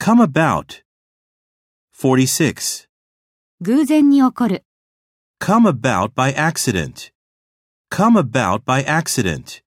come about. 46. 偶然に起こる。 Come about by accident. Come about by accident.